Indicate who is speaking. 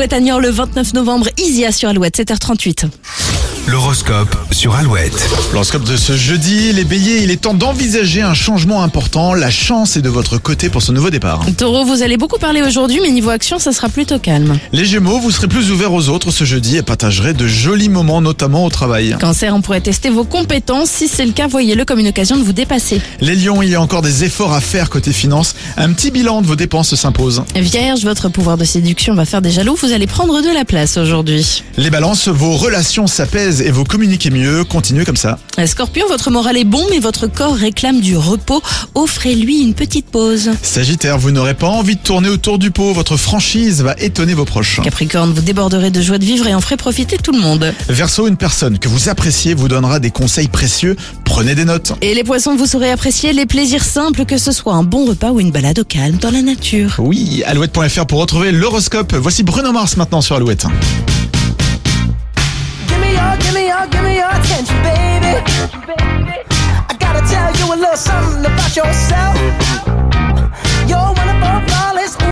Speaker 1: Alouette à Niort le 29 novembre, Isia sur Alouette, 7h38.
Speaker 2: L'horoscope sur Alouette.
Speaker 3: L'horoscope de ce jeudi, les béliers, il est temps d'envisager un changement important. La chance est de votre côté pour ce nouveau départ.
Speaker 1: Taureau, vous allez beaucoup parler aujourd'hui, mais niveau action, ça sera plutôt calme.
Speaker 3: Les gémeaux, vous serez plus ouverts aux autres ce jeudi et partagerez de jolis moments, notamment au travail.
Speaker 1: Cancer, on pourrait tester vos compétences. Si c'est le cas, voyez-le comme une occasion de vous dépasser.
Speaker 3: Les lions, il y a encore des efforts à faire côté finance. Un petit bilan de vos dépenses s'impose.
Speaker 1: Vierge, votre pouvoir de séduction va faire des jaloux, vous allez prendre de la place aujourd'hui.
Speaker 3: Les balances, vos relations s'apaisent et vous communiquez mieux. Continuez comme ça.
Speaker 1: Scorpion, votre moral est bon, mais votre corps réclame du repos. Offrez-lui une petite pause.
Speaker 3: Sagittaire, vous n'aurez pas envie de tourner autour du pot. Votre franchise va étonner vos proches.
Speaker 1: Capricorne, vous déborderez de joie de vivre et en ferez profiter tout le monde.
Speaker 3: Verseau, une personne que vous appréciez vous donnera des conseils précieux. Prenez des notes.
Speaker 1: Et les poissons, vous saurez apprécier les plaisirs simples, que ce soit un bon repas ou une balade au calme dans la nature.
Speaker 3: Oui, alouette.fr pour retrouver l'horoscope. Voici Bruno Mars maintenant sur Alouette.